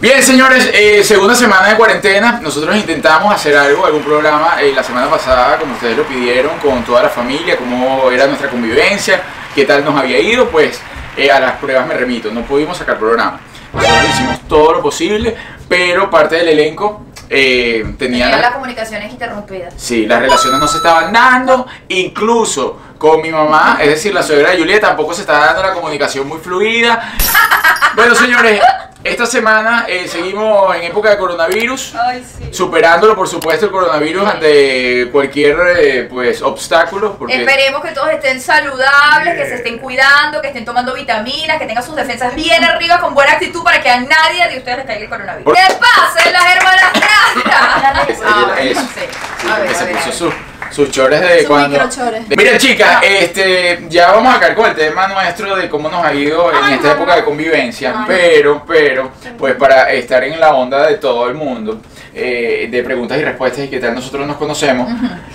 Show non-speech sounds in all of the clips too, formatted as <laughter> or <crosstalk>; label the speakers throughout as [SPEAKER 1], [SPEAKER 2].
[SPEAKER 1] Bien, señores, eh, segunda semana de cuarentena. Nosotros intentamos hacer algo, algún programa eh, la semana pasada, como ustedes lo pidieron, con toda la familia, cómo era nuestra convivencia, qué tal nos había ido. Pues eh, a las pruebas me remito, no pudimos sacar programa. Nosotros hicimos todo lo posible, pero parte del elenco eh, tenía.
[SPEAKER 2] Tenían las comunicaciones interrumpidas.
[SPEAKER 1] Sí, las relaciones no se estaban dando, incluso con mi mamá, es decir, la suegra de Julia, tampoco se está dando la comunicación muy fluida. Bueno, señores, esta semana eh, seguimos en época de coronavirus,
[SPEAKER 2] Ay, sí.
[SPEAKER 1] superándolo, por supuesto, el coronavirus ante cualquier eh, pues obstáculo, porque Eh.
[SPEAKER 2] Esperemos que todos estén saludables, que se estén cuidando, que estén tomando vitaminas, que tengan sus defensas bien arriba con buena actitud para que a nadie de ustedes les caiga el coronavirus.
[SPEAKER 1] Por-
[SPEAKER 2] ¿Qué pasa en las hermanas
[SPEAKER 1] Eso,
[SPEAKER 2] Castro?
[SPEAKER 3] Ah,
[SPEAKER 1] eso.
[SPEAKER 2] bueno,
[SPEAKER 1] Sí,
[SPEAKER 2] A ver,
[SPEAKER 1] que se
[SPEAKER 2] a ver, a
[SPEAKER 1] puso
[SPEAKER 2] ver.
[SPEAKER 1] sus sus chores de
[SPEAKER 3] Sus
[SPEAKER 1] cuando.
[SPEAKER 3] microchores.
[SPEAKER 1] de- Mira, chicas, este, ya vamos a acabar con el tema nuestro de cómo nos ha ido en
[SPEAKER 3] Ay,
[SPEAKER 1] esta
[SPEAKER 3] no,
[SPEAKER 1] época de
[SPEAKER 3] no.
[SPEAKER 1] convivencia,
[SPEAKER 2] Ah,
[SPEAKER 3] No, no.
[SPEAKER 1] pero, pero, pues para estar en la onda de todo el mundo, eh, de preguntas y respuestas y qué tal nosotros nos conocemos,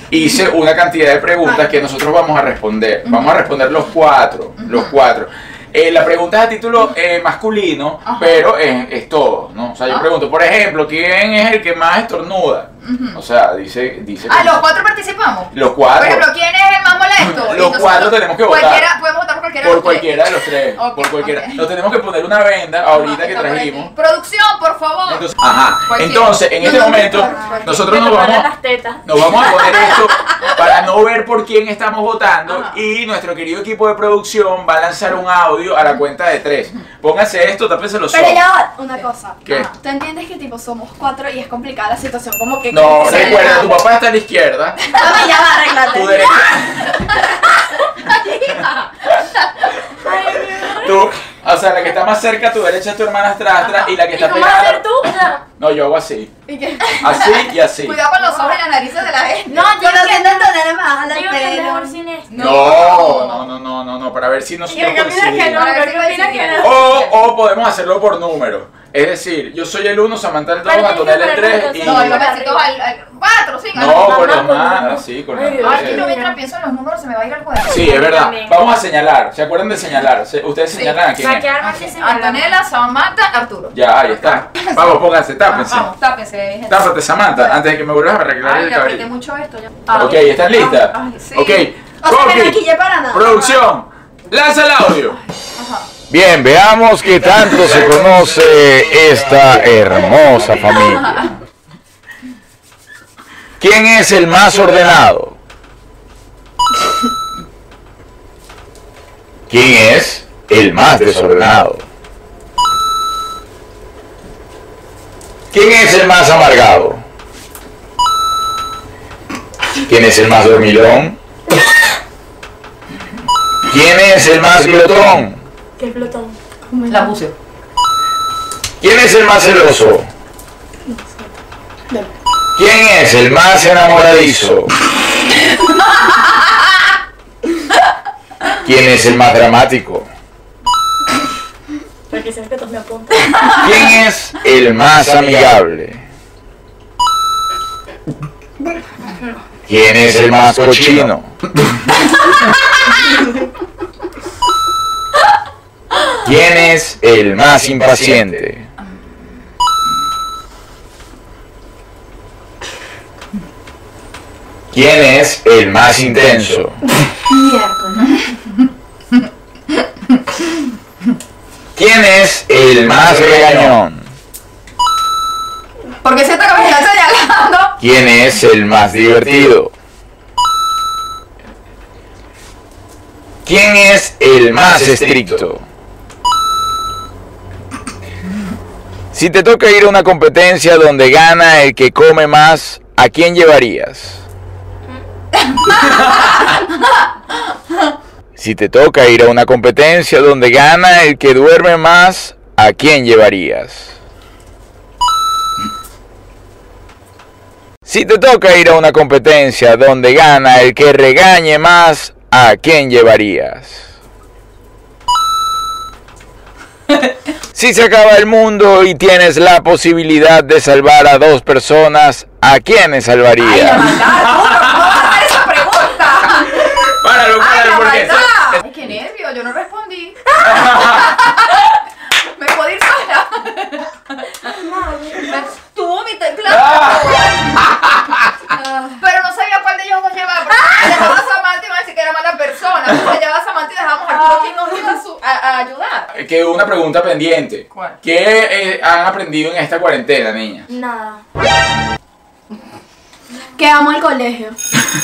[SPEAKER 1] hice una cantidad de preguntas que nosotros vamos a responder. Vamos a responder los cuatro, los cuatro. Eh, la pregunta es a título eh, masculino, pero es, es todo, ¿no? O sea, yo
[SPEAKER 2] Ah.
[SPEAKER 1] pregunto, por ejemplo, ¿quién es el que más estornuda? O sea, dice... dice
[SPEAKER 2] Ah, los cuatro participamos.
[SPEAKER 1] los
[SPEAKER 2] Por
[SPEAKER 1] cuatro.
[SPEAKER 2] ejemplo, ¿quién es el más molesto?
[SPEAKER 1] Ah, Los
[SPEAKER 2] Y nosotros-
[SPEAKER 1] cuatro tenemos que votar.
[SPEAKER 2] Cualquiera, podemos votar por cualquiera. de
[SPEAKER 1] Por
[SPEAKER 2] los tres.
[SPEAKER 1] cualquiera de los tres.
[SPEAKER 2] Ok,
[SPEAKER 1] por cualquiera.
[SPEAKER 2] ok.
[SPEAKER 1] Nos tenemos que poner una venda ahorita
[SPEAKER 2] Ajá,
[SPEAKER 1] que
[SPEAKER 2] está por aquí.
[SPEAKER 1] trajimos.
[SPEAKER 2] Producción, por favor.
[SPEAKER 1] Entonces, ajá.
[SPEAKER 2] Cualquiera.
[SPEAKER 1] Entonces, en
[SPEAKER 2] No,
[SPEAKER 1] este
[SPEAKER 2] no,
[SPEAKER 1] momento,
[SPEAKER 2] no, no, no.
[SPEAKER 1] nosotros
[SPEAKER 3] Me
[SPEAKER 1] nos
[SPEAKER 3] tocaron
[SPEAKER 1] vamos,
[SPEAKER 3] las tetas.
[SPEAKER 1] nos vamos a poner esto para no ver por quién estamos votando. Y nuestro querido equipo de producción va a lanzar un audio a la cuenta de tres. Pónganse esto, tápense los
[SPEAKER 3] Pero
[SPEAKER 1] ojos.
[SPEAKER 3] ya va, una cosa.
[SPEAKER 1] ¿Qué?
[SPEAKER 3] Ajá. ¿Tú entiendes que tipo somos cuatro y es complicada la situación? Como que.
[SPEAKER 1] No,
[SPEAKER 3] que se-
[SPEAKER 1] recuerda, tu papá está a la izquierda,
[SPEAKER 3] Mami, <laughs> ya va, arreglate.
[SPEAKER 1] tu derecha. Tú, o sea, la que está más cerca a tu derecha es tu hermana Trastra y la que
[SPEAKER 3] ¿Y
[SPEAKER 1] está
[SPEAKER 3] cómo vas a
[SPEAKER 1] pegada.
[SPEAKER 3] hacer tú? O sea,
[SPEAKER 1] No, yo hago así.
[SPEAKER 3] ¿y <laughs> qué?
[SPEAKER 1] Así y así.
[SPEAKER 2] Cuidado con los ojos y las narices de la gente.
[SPEAKER 3] No, yo no siento entonar más al
[SPEAKER 4] Digo que es mejor sin esto.
[SPEAKER 1] No, no, no, no, no, no, para ver si
[SPEAKER 3] Y el
[SPEAKER 1] nosotros
[SPEAKER 3] que opina que no,
[SPEAKER 1] coincidimos.
[SPEAKER 2] Para ver
[SPEAKER 3] el
[SPEAKER 2] si
[SPEAKER 3] que opina que
[SPEAKER 2] coincidimos.
[SPEAKER 3] no.
[SPEAKER 1] O, o podemos hacerlo por número. Es decir, yo soy el 1, Samantha el 2,
[SPEAKER 4] Pero
[SPEAKER 1] Antonella el
[SPEAKER 4] tiene
[SPEAKER 1] 3
[SPEAKER 4] que poner
[SPEAKER 1] y...
[SPEAKER 4] los
[SPEAKER 2] No,
[SPEAKER 4] dos.
[SPEAKER 2] yo me siento al, al cuatro, sí. al-
[SPEAKER 1] No, con los
[SPEAKER 4] Mamá, con los
[SPEAKER 1] más,
[SPEAKER 4] más.
[SPEAKER 1] sí, con
[SPEAKER 4] Ay,
[SPEAKER 1] los
[SPEAKER 4] Dios.
[SPEAKER 2] Ay, que no
[SPEAKER 1] más.
[SPEAKER 2] me pienso en los números, se me va a ir al cuadro.
[SPEAKER 1] Sí, es verdad.
[SPEAKER 4] También.
[SPEAKER 1] Vamos a señalar. ¿Se acuerdan de señalar? Se- Ustedes
[SPEAKER 2] Sí.
[SPEAKER 1] señalan a quién es.
[SPEAKER 4] Saquearme que se me
[SPEAKER 2] Antonella, Samantha, Arturo.
[SPEAKER 1] Ya, ahí está. Vamos, pónganse, tápense.
[SPEAKER 2] Vamos, tápense, gente.
[SPEAKER 1] Tápate, Samantha, antes de que me vuelvas a arreglar
[SPEAKER 2] Ay,
[SPEAKER 1] el
[SPEAKER 2] le apreté
[SPEAKER 1] cabello.
[SPEAKER 2] mucho esto ya. Ah,
[SPEAKER 1] Ok, ¿estás lista?
[SPEAKER 2] Ay, sí.
[SPEAKER 1] Ok.
[SPEAKER 3] O sea, que
[SPEAKER 1] Coqui,
[SPEAKER 3] me maquillé para nada.
[SPEAKER 1] producción, lanza el audio.
[SPEAKER 5] Bien, veamos qué tanto se conoce esta hermosa familia. ¿Quién es el más ordenado? ¿Quién es el más desordenado? ¿Quién es el más amargado? ¿Quién es el más dormilón? ¿Quién es el más glotón?
[SPEAKER 4] Que es Plutón.
[SPEAKER 2] La puse.
[SPEAKER 5] ¿Quién es el más celoso? ¿Quién es el más enamoradizo? ¿Quién es el más dramático?
[SPEAKER 4] Porque sabes que todos me apuntan.
[SPEAKER 5] <laughs> ¿Quién es el más amigable? ¿Quién es el más <laughs> cochino? ¿Quién es el más impaciente? ¿Quién es el más intenso?
[SPEAKER 4] Miércoles.
[SPEAKER 5] ¿Quién es el más regañón?
[SPEAKER 3] Porque siento que me están señalando.
[SPEAKER 5] ¿Quién es el más divertido? ¿Quién es el más estricto? Si te toca ir a una competencia donde gana el que come más, ¿a quién llevarías? Si te toca ir a una competencia donde gana el que duerme más, ¿a quién llevarías? Si te toca ir a una competencia donde gana el que regañe más, ¿a quién llevarías? Si se acaba el mundo y tienes la posibilidad de salvar a dos personas, ¿a quiénes
[SPEAKER 6] ¡Ay, la
[SPEAKER 5] salvarías?
[SPEAKER 6] maldad! ¿Cómo no puedo hacer esa pregunta?
[SPEAKER 1] Páralo,
[SPEAKER 6] ¡Ay,
[SPEAKER 1] páralo,
[SPEAKER 6] la
[SPEAKER 1] porque esto-
[SPEAKER 6] maldad!
[SPEAKER 3] Ay, qué nervio, yo no <laughs> respondí. me puedo ir sola.
[SPEAKER 6] Tuvo mi
[SPEAKER 3] Ah.
[SPEAKER 6] teclado. Ah. Pero no sabía cuál de ellos dos llevaba. porque
[SPEAKER 3] Ah.
[SPEAKER 6] si Dejaba a Samantha y me iba a decir que era mala persona. Entonces llevaba a Samantha y dejamos a Arturo quien nos iba a, su- a- a ayudar.
[SPEAKER 1] que una pregunta pendiente.
[SPEAKER 6] ¿Cuál?
[SPEAKER 1] ¿Qué eh, han aprendido en esta cuarentena, niña?
[SPEAKER 4] Nada.
[SPEAKER 3] Que amo el colegio.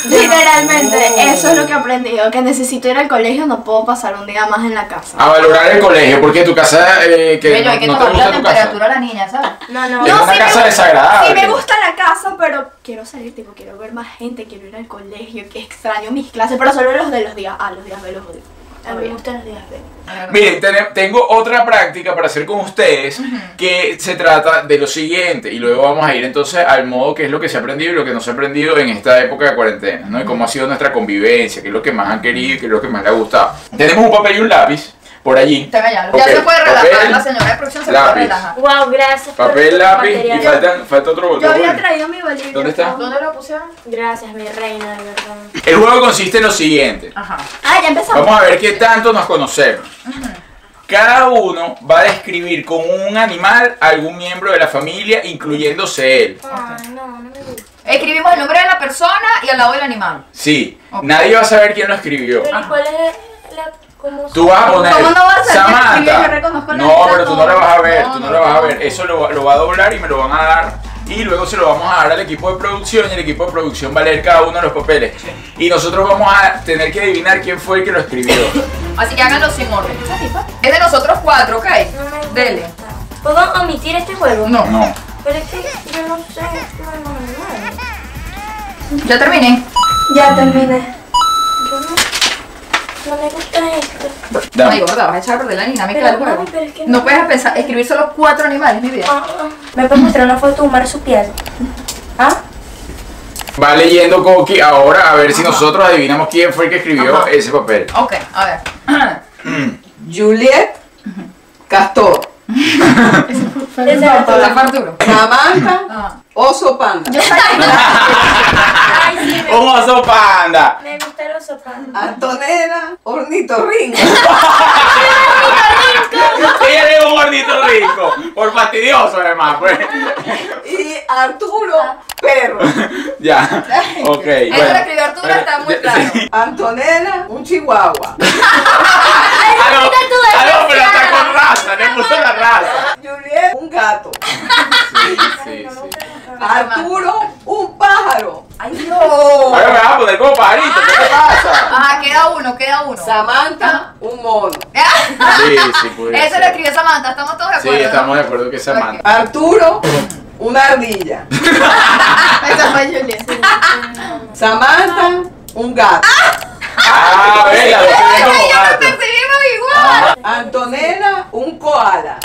[SPEAKER 3] Literalmente, eso es lo que he aprendido. Que necesito ir al colegio, no puedo pasar un día más en la casa.
[SPEAKER 1] A valorar el colegio, porque tu casa, eh, que
[SPEAKER 6] Bello,
[SPEAKER 1] no,
[SPEAKER 6] hay que
[SPEAKER 1] no te
[SPEAKER 6] tomarle la
[SPEAKER 1] gusta tu casa.
[SPEAKER 6] temperatura a la niña, ¿sabes?
[SPEAKER 4] No, no.
[SPEAKER 1] Es una
[SPEAKER 3] sí me
[SPEAKER 1] casa
[SPEAKER 3] gusta-
[SPEAKER 1] desagradable.
[SPEAKER 3] Sí, me gusta la casa, pero quiero salir, tipo, quiero ver más gente, quiero ir al colegio, que extraño mis clases, pero solo los de los días. Ah, los días me los odio.
[SPEAKER 6] Ah,
[SPEAKER 4] A mí me gustan los días verdes.
[SPEAKER 1] Miren, tene- tengo otra práctica para hacer con ustedes que se trata de lo siguiente y luego vamos a ir entonces al modo que es lo que se ha aprendido y lo que no se ha aprendido en esta época de cuarentena, ¿no? Y cómo ha sido nuestra convivencia, qué es lo que más han querido y qué es lo que más les ha gustado. Tenemos un papel y un lápiz por allí.
[SPEAKER 6] Tenga ya.
[SPEAKER 1] Ok,
[SPEAKER 6] Ya se puede relajar.
[SPEAKER 1] papel,
[SPEAKER 6] La señora de producción se
[SPEAKER 1] lápiz.
[SPEAKER 6] puede relajar.
[SPEAKER 4] Wow, gracias. por
[SPEAKER 1] Papel,
[SPEAKER 4] tu
[SPEAKER 1] lápiz y
[SPEAKER 4] material.
[SPEAKER 1] faltan- falta otro
[SPEAKER 3] Yo
[SPEAKER 1] botón.
[SPEAKER 3] había traído mi bolígrafo.
[SPEAKER 1] ¿Dónde está?
[SPEAKER 6] ¿Dónde lo
[SPEAKER 3] <laughs>
[SPEAKER 6] pusieron?
[SPEAKER 4] Gracias, mi reina, de verdad.
[SPEAKER 1] El juego consiste en lo siguiente.
[SPEAKER 6] Ajá.
[SPEAKER 3] Ah, ya empezamos.
[SPEAKER 1] Vamos a ver qué tanto nos conocemos. Cada uno va a describir con un animal a algún miembro de la familia, incluyéndose él.
[SPEAKER 4] Ay, no, no me gusta.
[SPEAKER 6] Escribimos el nombre de la persona y al lado del animal.
[SPEAKER 1] Sí,
[SPEAKER 6] Ok.
[SPEAKER 1] nadie va a saber quién lo escribió.
[SPEAKER 4] Pero ¿y cuál es la. cómo
[SPEAKER 1] Tú vas a poner
[SPEAKER 3] ¿Cómo no vas a saber quién escribió? Yo
[SPEAKER 1] Samantha.
[SPEAKER 3] reconozco la
[SPEAKER 1] No,
[SPEAKER 3] letra,
[SPEAKER 1] pero tú no la vas a ver,
[SPEAKER 6] No,
[SPEAKER 1] tú no
[SPEAKER 6] no,
[SPEAKER 1] la vas a
[SPEAKER 6] no.
[SPEAKER 1] ver. Eso lo, va- lo va a doblar y me lo van a dar. Y luego se lo vamos a dar al equipo de producción y el equipo de producción va a leer cada uno de los papeles. Y nosotros vamos a tener que adivinar quién fue el que lo escribió.
[SPEAKER 6] Así que háganlo sin orden. Es de nosotros cuatro, ¿ok?
[SPEAKER 4] No me gusta.
[SPEAKER 6] Dele.
[SPEAKER 4] ¿Puedo omitir este juego?
[SPEAKER 6] No.
[SPEAKER 1] No.
[SPEAKER 4] Pero es que yo no sé. No, no, no.
[SPEAKER 6] Ya terminé.
[SPEAKER 4] Ya terminé. Yo no. No me gusta esto.
[SPEAKER 6] Ay,
[SPEAKER 1] Dame.
[SPEAKER 6] gorda, vas a echar a perder la dinámica
[SPEAKER 4] Pero,
[SPEAKER 6] del juego.
[SPEAKER 4] mami, pero es que
[SPEAKER 6] no
[SPEAKER 4] no.
[SPEAKER 6] puedes pensar, escribir solo cuatro animales, mi vida.
[SPEAKER 4] Ah, ah. ¿Me puedes mostrar una foto de un marsupial? ¿Ah?
[SPEAKER 1] Va leyendo Coqui ahora a ver si nosotros adivinamos quién fue el que escribió
[SPEAKER 6] Ajá.
[SPEAKER 1] ese papel.
[SPEAKER 6] Ok, a ver. <clears throat>
[SPEAKER 7] Juliet Castor.
[SPEAKER 4] Ese marsupial.
[SPEAKER 6] Está Arturo.
[SPEAKER 7] Samantha
[SPEAKER 6] Ah.
[SPEAKER 7] Oso Panda.
[SPEAKER 4] Ay, sí,
[SPEAKER 1] ¡Un oso panda!
[SPEAKER 4] me, me gusta los sopas.
[SPEAKER 1] Ah.
[SPEAKER 7] Antonella Ornitorrinco.
[SPEAKER 1] Ella es un gordito rico, por fastidioso además, pues.
[SPEAKER 7] Y Arturo Perro.
[SPEAKER 1] <laughs> Ya, ok.
[SPEAKER 6] Eso lo escribió Arturo, está muy claro.
[SPEAKER 7] Antonella, un chihuahua.
[SPEAKER 1] Ah, no, ah, no, pero está con raza, le puso la raza.
[SPEAKER 7] Juliet, un gato.
[SPEAKER 1] Sí, sí.
[SPEAKER 7] Arturo, un pájaro.
[SPEAKER 6] ¡Ay, no!
[SPEAKER 1] Ahora me vas a poner como pajarito, ¿qué te pasa?
[SPEAKER 6] Ajá, queda uno, queda uno.
[SPEAKER 7] Samantha, un mono.
[SPEAKER 1] Sí, sí, puede
[SPEAKER 6] <laughs> Eso
[SPEAKER 1] ser.
[SPEAKER 6] lo escribió Samantha, estamos todos de
[SPEAKER 1] Sí,
[SPEAKER 6] acuerdo.
[SPEAKER 1] estamos de acuerdo que se manda.
[SPEAKER 7] Arturo, una ardilla.
[SPEAKER 3] Esa fue Julia. sí.
[SPEAKER 7] Samantha, un gato.
[SPEAKER 1] Ah, ve, la dos
[SPEAKER 6] ¡Ay,
[SPEAKER 1] tienen como
[SPEAKER 6] ya lo
[SPEAKER 1] gato.
[SPEAKER 6] percibimos
[SPEAKER 4] <laughs>
[SPEAKER 6] igual!
[SPEAKER 7] Antonella, un koala.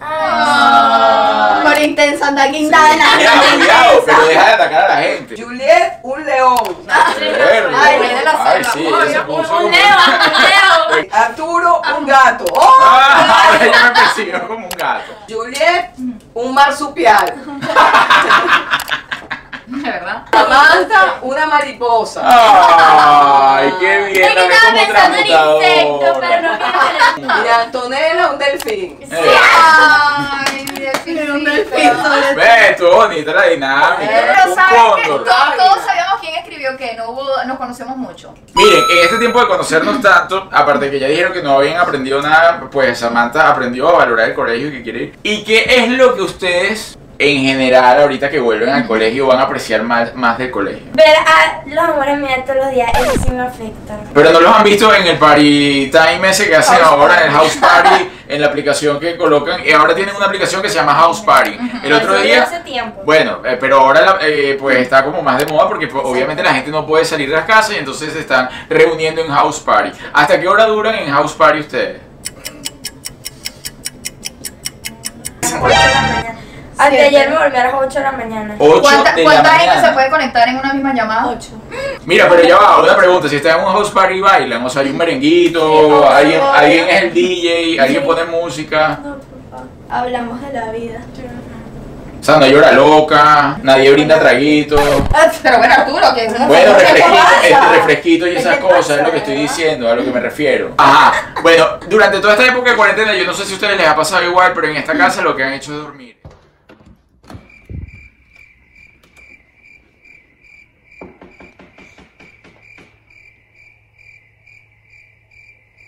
[SPEAKER 6] Ah.
[SPEAKER 3] Por intensa andar guindada en la
[SPEAKER 1] Cuidado, cuidado, pero deja de atacar a la gente.
[SPEAKER 7] Juliet, un león.
[SPEAKER 1] Verlo.
[SPEAKER 6] Ay, de la
[SPEAKER 1] Ay,
[SPEAKER 6] selva,
[SPEAKER 1] sí,
[SPEAKER 6] obvio.
[SPEAKER 1] ella se puso como-
[SPEAKER 7] Arturo, un gato. ¡Oh!
[SPEAKER 1] Ah, ahora ella me persiguió como un gato.
[SPEAKER 7] Juliet, un marsupial.
[SPEAKER 6] De verdad.
[SPEAKER 7] Samantha, una mariposa.
[SPEAKER 1] Ay, qué bien,
[SPEAKER 4] que
[SPEAKER 1] la ve
[SPEAKER 4] estaba
[SPEAKER 1] como
[SPEAKER 4] pensando en insectos, pero no
[SPEAKER 1] transmutadora.
[SPEAKER 4] quiero que la-
[SPEAKER 7] Y Antonella, un delfín.
[SPEAKER 1] Eh,
[SPEAKER 6] Ay, mi delfincito.
[SPEAKER 1] Ve, estuvo bonita la dinámica.
[SPEAKER 6] Pero
[SPEAKER 1] Un
[SPEAKER 6] sabes que
[SPEAKER 1] cóndor.
[SPEAKER 6] todos, todos sabíamos quién escribió creo que no hubo- nos conocemos mucho.
[SPEAKER 1] Miren, en este tiempo de conocernos tanto, aparte que ya dijeron que no habían aprendido nada, pues Samantha aprendió a valorar el colegio y que quiere ir. ¿Y qué es lo que ustedes, en general, ahorita que vuelven al colegio, van a apreciar más, más del colegio?
[SPEAKER 4] Ver a los amores míos todos los días, eso sí me afecta.
[SPEAKER 1] Pero no los han visto en el party time ese que hacen ahora, en el house party, en la aplicación que colocan. Y ahora tienen una aplicación que se llama House Party. El otro
[SPEAKER 4] Eso ya Hace
[SPEAKER 1] día...
[SPEAKER 4] tiempo.
[SPEAKER 1] Bueno, eh, pero ahora la- eh, pues está como más de moda porque pues, obviamente la gente no puede salir de las casas y entonces se están reuniendo en house party. ¿Hasta qué hora duran en house party ustedes?
[SPEAKER 4] A las 8 de la mañana. Hasta ayer me volví a las 8 de la mañana.
[SPEAKER 1] 8
[SPEAKER 6] ¿Cuánta,
[SPEAKER 1] de la
[SPEAKER 6] cuánta gente
[SPEAKER 1] mañana.
[SPEAKER 6] se puede conectar en una misma llamada?
[SPEAKER 1] Mira, pero ya va, una pregunta, si están en un house party bailan, o sea, hay un merenguito,
[SPEAKER 4] obvio,
[SPEAKER 1] alguien,
[SPEAKER 4] obvio.
[SPEAKER 1] alguien es el DJ, alguien
[SPEAKER 4] Sí.
[SPEAKER 1] pone música,
[SPEAKER 4] No, papá.
[SPEAKER 3] Hablamos de la vida.
[SPEAKER 1] o sea, no llora loca, nadie brinda traguitos,
[SPEAKER 6] Pero bueno, Arturo, que es una
[SPEAKER 1] <laughs> bueno,
[SPEAKER 6] ¿Qué
[SPEAKER 1] refresquito,
[SPEAKER 6] pasa?
[SPEAKER 1] el refresquito y esas
[SPEAKER 4] te
[SPEAKER 1] cosas,
[SPEAKER 4] pasa,
[SPEAKER 1] es lo que estoy
[SPEAKER 4] verdad?
[SPEAKER 1] diciendo, a lo que me refiero. Ajá, bueno, durante toda esta época de cuarentena, yo no sé si a ustedes les ha pasado igual, pero en esta casa lo que han hecho es dormir.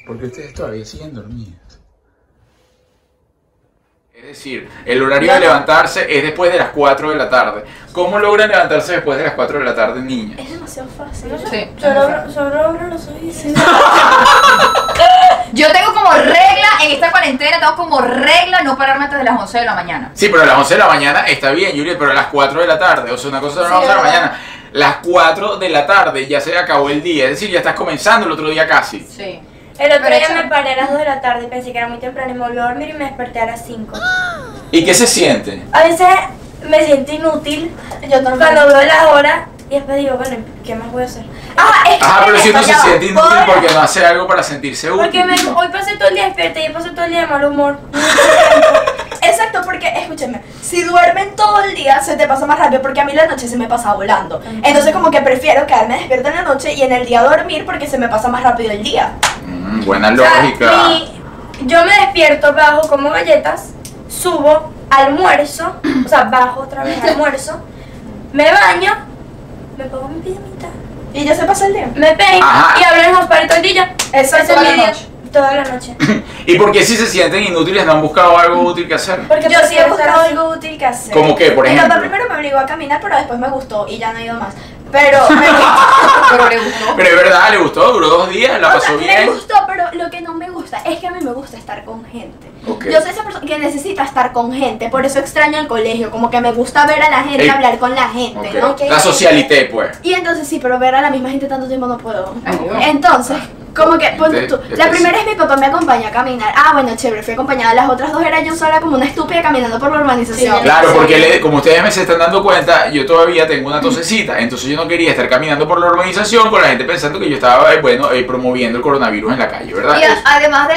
[SPEAKER 1] Porque ustedes todavía siguen dormidos. Es decir, el horario de levantarse es después de las 4 de la tarde. ¿Cómo logran levantarse después de las 4 de la tarde, niñas?
[SPEAKER 3] Es demasiado fácil.
[SPEAKER 4] No sé,
[SPEAKER 6] Sí.
[SPEAKER 4] Solo abro- solo abro los ojos y sí.
[SPEAKER 6] <laughs> Yo tengo como regla, en esta cuarentena tengo como regla no pararme antes de las 11 de la mañana.
[SPEAKER 1] Sí, pero a las 11 de la mañana está bien, Juliet, pero a las 4 de la tarde, o sea, una cosa de las 11 de la mañana. Las 4 de la tarde ya se acabó el día, es decir, ya estás comenzando el otro día casi.
[SPEAKER 6] Sí.
[SPEAKER 4] El otro
[SPEAKER 6] Pero
[SPEAKER 4] día
[SPEAKER 6] eso-
[SPEAKER 4] me paré a las 2 de la tarde, pensé que era muy temprano y me volví a dormir y me desperté a las 5.
[SPEAKER 1] ¿Y qué se siente?
[SPEAKER 4] A veces me siento inútil
[SPEAKER 3] Yo también.
[SPEAKER 4] cuando veo las horas y después digo, bueno, ¿qué más voy a hacer? Ah, es que
[SPEAKER 1] Ah, pero si uno se
[SPEAKER 4] ya va,
[SPEAKER 1] siente inútil
[SPEAKER 4] por-
[SPEAKER 1] porque no hace algo para sentirse útil.
[SPEAKER 4] Porque me, hoy pasé todo el día despierta y hoy pasé todo el día de mal humor.
[SPEAKER 3] Exacto, porque escúchame, si duermen todo el día se te pasa más rápido porque a mí la noche se me pasa volando. Entonces como que prefiero quedarme despierta en la noche y en el día dormir porque se me pasa más rápido el día.
[SPEAKER 1] Mm, buena
[SPEAKER 4] O sea,
[SPEAKER 1] lógica.
[SPEAKER 4] mi- yo me despierto, bajo, como galletas, subo, almuerzo, o sea, bajo otra vez, almuerzo, me baño, me pongo mi pijamita,
[SPEAKER 3] Y ya se pasa el día.
[SPEAKER 4] me peino
[SPEAKER 1] Ajá.
[SPEAKER 4] y abro el hospital todo el día.
[SPEAKER 3] Exacto.
[SPEAKER 4] Ese
[SPEAKER 3] la
[SPEAKER 4] es mi día,
[SPEAKER 3] noche.
[SPEAKER 4] Toda la
[SPEAKER 1] <laughs>
[SPEAKER 4] noche.
[SPEAKER 1] ¿Y por qué si se sienten inútiles no han buscado algo útil que hacer?
[SPEAKER 4] Porque
[SPEAKER 3] Yo sí he
[SPEAKER 4] prefiero estar
[SPEAKER 3] buscado
[SPEAKER 4] así.
[SPEAKER 3] algo útil que hacer.
[SPEAKER 1] ¿Cómo qué, por
[SPEAKER 3] Mi
[SPEAKER 1] ejemplo?
[SPEAKER 3] papá primero me obligó a caminar, pero después me gustó y ya no he ido más.
[SPEAKER 1] <laughs>
[SPEAKER 3] Pero, pero
[SPEAKER 6] Pero le gustó.
[SPEAKER 1] Pero es verdad, le gustó, duró dos días, la
[SPEAKER 3] O sea,
[SPEAKER 1] pasó bien.
[SPEAKER 3] Me gustó, pero lo que no me gusta es que a mí me gusta estar con gente.
[SPEAKER 1] Ok.
[SPEAKER 3] Yo soy esa persona que necesita estar con gente, por eso extraño el colegio, como que me gusta ver a la gente,
[SPEAKER 1] Ey.
[SPEAKER 3] hablar con la gente,
[SPEAKER 1] Ok.
[SPEAKER 3] ¿no?
[SPEAKER 1] La socialité, pues.
[SPEAKER 3] Y entonces sí, pero ver a la misma gente tanto tiempo no puedo.
[SPEAKER 6] Ay, Dios.
[SPEAKER 3] Entonces, como que, ponte
[SPEAKER 1] De-
[SPEAKER 3] tú,
[SPEAKER 1] de
[SPEAKER 3] la
[SPEAKER 1] que
[SPEAKER 3] primera es mi papá me acompañó a caminar. Ah, bueno, chévere, fui acompañada. Las otras dos era yo sola como una estúpida caminando por la urbanización.
[SPEAKER 1] Claro, porque le- como ustedes me se están dando cuenta, yo todavía tengo una tosecita, entonces yo no quería estar caminando por la urbanización con la gente pensando que yo estaba, eh, bueno, eh, promoviendo el coronavirus en la calle, ¿verdad?
[SPEAKER 6] Y a- además
[SPEAKER 2] <coughs>
[SPEAKER 6] de.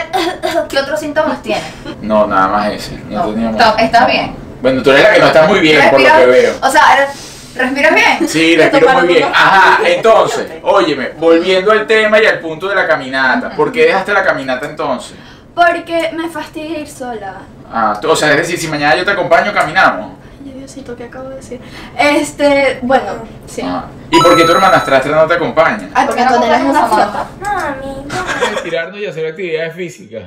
[SPEAKER 6] ¿Qué otros síntomas tiene?
[SPEAKER 1] No, nada más ese. No,
[SPEAKER 6] No,
[SPEAKER 1] tenía más.
[SPEAKER 6] está- está bien.
[SPEAKER 1] Bueno, tú eres la que no está muy bien, por lo que veo.
[SPEAKER 6] O sea, re- ¿respiras
[SPEAKER 1] <laughs>
[SPEAKER 6] bien?
[SPEAKER 1] Sí, respiro muy bien. Ajá, entonces, óyeme, volviendo al tema y al punto de la caminata. ¿Por qué dejaste la caminata entonces?
[SPEAKER 3] Porque me fastidia ir sola.
[SPEAKER 1] Ah, tú- o sea, es decir, si mañana yo te acompaño, caminamos.
[SPEAKER 3] Ay, Diosito, ¿qué acabo de decir? Este, bueno, sí.
[SPEAKER 1] Ah, ¿Y por qué tu hermanastrastra no te acompaña?
[SPEAKER 3] Ay,
[SPEAKER 6] Porque
[SPEAKER 3] porque
[SPEAKER 6] no
[SPEAKER 3] Antonella es una
[SPEAKER 6] acompañas a
[SPEAKER 3] flota.
[SPEAKER 6] mamá.
[SPEAKER 4] No, amigo.
[SPEAKER 1] Retirarnos y hacer actividades físicas.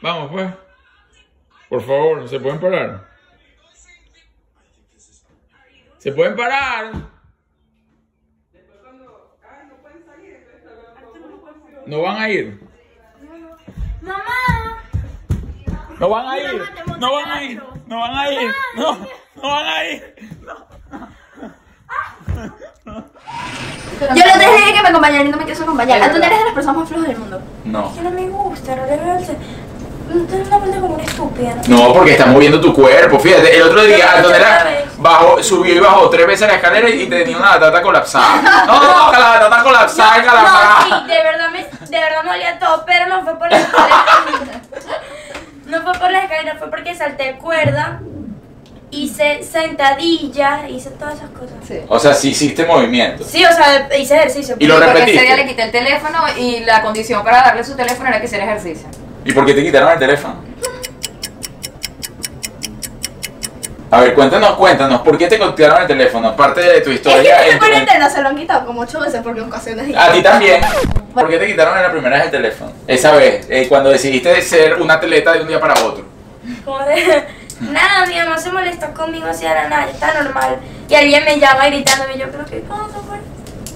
[SPEAKER 1] Vamos, pues. Por favor, ¿se pueden parar? ¿Se pueden parar? ¿No van a ir? ¡Mamá! ¿No van a ir? ¿No van a ir? ¿No van a ir? ¿No, no van a ir?
[SPEAKER 3] Yo le dije que me acompañara y no me quiso acompañar. Antonella es de las personas más flojas del mundo.
[SPEAKER 1] No.
[SPEAKER 4] Que no me gusta, no le veo el... sen- No te una vuelta como una estúpida. ¿no?
[SPEAKER 1] No, porque estás moviendo tu cuerpo. Fíjate, el otro día Antonella bajó, subió y bajó tres veces la escalera y tenía una
[SPEAKER 6] <laughs>
[SPEAKER 1] batata colapsada. No, no, no, que la batata colapsada, que la
[SPEAKER 4] No,
[SPEAKER 1] parada.
[SPEAKER 4] sí, de verdad me, de verdad me olía todo, pero no fue por la escalera. No fue por la escalera, fue porque salté cuerda, hice sentadillas, hice todas esas cosas.
[SPEAKER 6] Sí.
[SPEAKER 1] O sea, sí hiciste movimiento.
[SPEAKER 4] Sí, o sea, hice ejercicio.
[SPEAKER 1] Y lo
[SPEAKER 4] pero-
[SPEAKER 6] Porque ese día
[SPEAKER 1] repetiste.
[SPEAKER 6] le quité el teléfono y la condición para darle su teléfono era que hiciera ejercicio.
[SPEAKER 1] ¿Y por qué te quitaron el teléfono? A ver, cuéntanos, cuéntanos, ¿por qué te contaron el teléfono? Aparte de tu
[SPEAKER 3] Es que <laughs>
[SPEAKER 1] historia.
[SPEAKER 3] en
[SPEAKER 1] en-
[SPEAKER 3] cuarentena se lo han quitado como ocho veces por ocasiones
[SPEAKER 1] A ti también. ¿Por qué te quitaron en la primera vez el teléfono? Esa vez, eh, cuando decidiste ser un atleta de un día para otro.
[SPEAKER 4] Como de, nada, mi mamá se molestó conmigo así de la nada, ya está normal. Y alguien me llama gritándome, yo creo que cosa fue.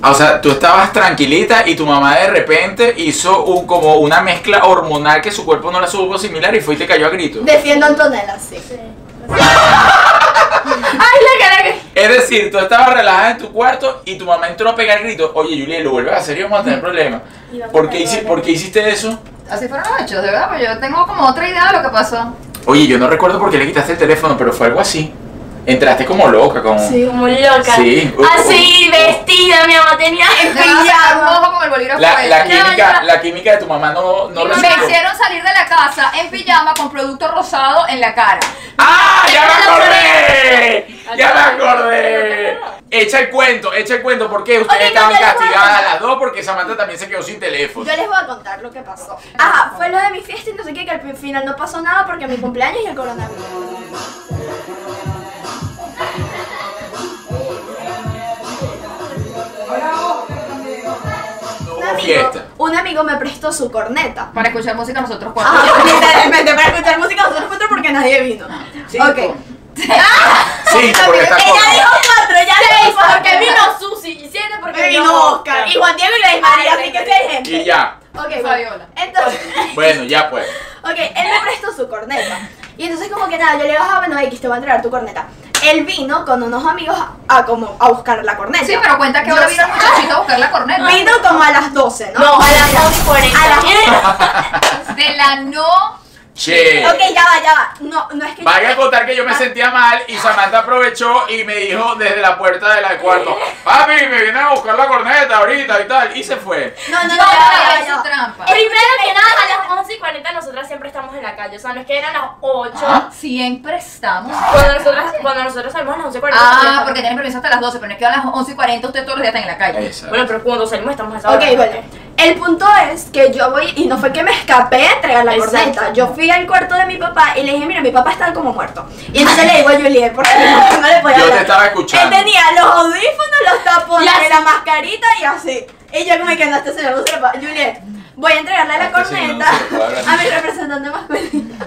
[SPEAKER 1] Ah, O sea, tú estabas tranquilita y tu mamá de repente hizo un, como una mezcla hormonal que su cuerpo no la supo similar y fue y te cayó a gritos.
[SPEAKER 3] Defiendo a Antonella, sí.
[SPEAKER 1] Es decir, tú estabas relajada en tu cuarto y tu mamá entró a pegar gritos. Oye, Julia, lo vuelves a hacer y vamos a tener problemas.
[SPEAKER 4] Y vamos
[SPEAKER 1] ¿Por
[SPEAKER 4] a
[SPEAKER 1] qué,
[SPEAKER 4] tener
[SPEAKER 1] hici-
[SPEAKER 4] problemas.
[SPEAKER 1] por qué hiciste eso?
[SPEAKER 2] Así fueron los hechos, de verdad, pues yo tengo como otra idea de lo que pasó.
[SPEAKER 1] Oye, yo no recuerdo por qué le quitaste el teléfono, pero fue algo así. Entraste como loca, como...
[SPEAKER 3] Sí.
[SPEAKER 4] Como loca.
[SPEAKER 1] Sí.
[SPEAKER 4] Así, vestida, mi mamá tenía.
[SPEAKER 2] Me vas a sacar un ojo con el bolígrafo
[SPEAKER 1] La,
[SPEAKER 2] ese.
[SPEAKER 1] la
[SPEAKER 2] Ya,
[SPEAKER 1] química,
[SPEAKER 2] ya.
[SPEAKER 1] la química de tu mamá no, no
[SPEAKER 2] me
[SPEAKER 1] resultó.
[SPEAKER 2] hicieron salir de la casa en pijama con producto rosado en la cara.
[SPEAKER 1] ¡Ah! ¡Ya me acordé! ¡Ya me acordé! Echa el cuento, echa el cuento, porque ustedes
[SPEAKER 3] Oye, no,
[SPEAKER 1] estaban
[SPEAKER 3] ya lo
[SPEAKER 1] castigadas
[SPEAKER 3] guardo.
[SPEAKER 1] las dos porque Samantha también se quedó sin teléfono.
[SPEAKER 3] Yo les voy a contar lo que pasó. Ajá, fue lo de mi fiesta y no sé qué, que al final no pasó nada porque mi cumpleaños y el coronavirus.
[SPEAKER 1] No
[SPEAKER 3] Un
[SPEAKER 1] hubo
[SPEAKER 3] amigo,
[SPEAKER 1] fiesta.
[SPEAKER 3] un amigo me prestó su corneta.
[SPEAKER 2] Para escuchar música nosotros cuatro.
[SPEAKER 3] Ajá, <laughs> literalmente, para escuchar música nosotros cuatro porque nadie vino. Ok.
[SPEAKER 1] Sí, porque está
[SPEAKER 3] Ella dijo cuatro, ella dijo cuatro.
[SPEAKER 4] Porque vino Susi y siete porque
[SPEAKER 3] Y no, Oscar. Y Juan Diego y Grace María, así que sí hay gente.
[SPEAKER 1] Y ya.
[SPEAKER 3] Ok, bueno.
[SPEAKER 2] Fabiola.
[SPEAKER 3] Entonces. <laughs>
[SPEAKER 1] Bueno, ya pues.
[SPEAKER 3] Ok, él me prestó su corneta. Y entonces como que nada, yo le digo, ah, bueno, X, te voy a entregar tu corneta. Él vino con unos amigos a, a como a buscar la corneta.
[SPEAKER 2] Sí, pero cuenta que ahora
[SPEAKER 3] Yo
[SPEAKER 2] vino el
[SPEAKER 3] sé.
[SPEAKER 2] muchachito a buscar la corneta.
[SPEAKER 3] Vino como a las 12, ¿no?
[SPEAKER 6] No, a las 11 y
[SPEAKER 3] A
[SPEAKER 6] 40.
[SPEAKER 3] las 11.
[SPEAKER 2] De la no.
[SPEAKER 1] Che.
[SPEAKER 3] Ok, Ah. ya va, ya va. No, no es que...
[SPEAKER 1] Vaya a contar que yo me sentía mal y Samantha aprovechó y me dijo desde la puerta del cuarto, papi, me vienen a buscar la corneta ahorita y tal, y se fue.
[SPEAKER 3] No, no, no,
[SPEAKER 2] Yo
[SPEAKER 3] ya va,
[SPEAKER 2] no
[SPEAKER 3] ya va,
[SPEAKER 2] hizo
[SPEAKER 3] ya va.
[SPEAKER 2] trampa.
[SPEAKER 4] Primero que nada, a las 11 y 40 nosotras siempre estamos en la calle. O sea, no es que eran las 8.
[SPEAKER 2] Siempre estamos.
[SPEAKER 4] Cuando, nosotras, cuando nosotros salimos a las 11 y 40.
[SPEAKER 2] Ah, porque tienen permiso hasta las 12, pero no es que a las 11 y 40 ustedes todos los días están en la calle.
[SPEAKER 1] Exacto.
[SPEAKER 3] pues,
[SPEAKER 4] Bueno, pero cuando salimos estamos a esa hora.
[SPEAKER 3] Ok, bueno. El punto es que yo voy y no fue que me escapé de entregar la
[SPEAKER 4] Exacto.
[SPEAKER 3] corneta. Yo fui al cuarto de mi papá y le dije, mira, mi papá está como muerto. Y entonces le digo a Juliet, porque mi papá no le podía
[SPEAKER 1] Yo te
[SPEAKER 3] hablar.
[SPEAKER 1] estaba escuchando.
[SPEAKER 3] Él tenía los audífonos, los tapones,
[SPEAKER 4] Y así.
[SPEAKER 3] la mascarita y así. Y yo como que no, este señor no se lo puede- Juliet, voy a entregarle la
[SPEAKER 1] Este señor no
[SPEAKER 3] corneta
[SPEAKER 1] se lo puede hablar.
[SPEAKER 3] a mi representante masculino.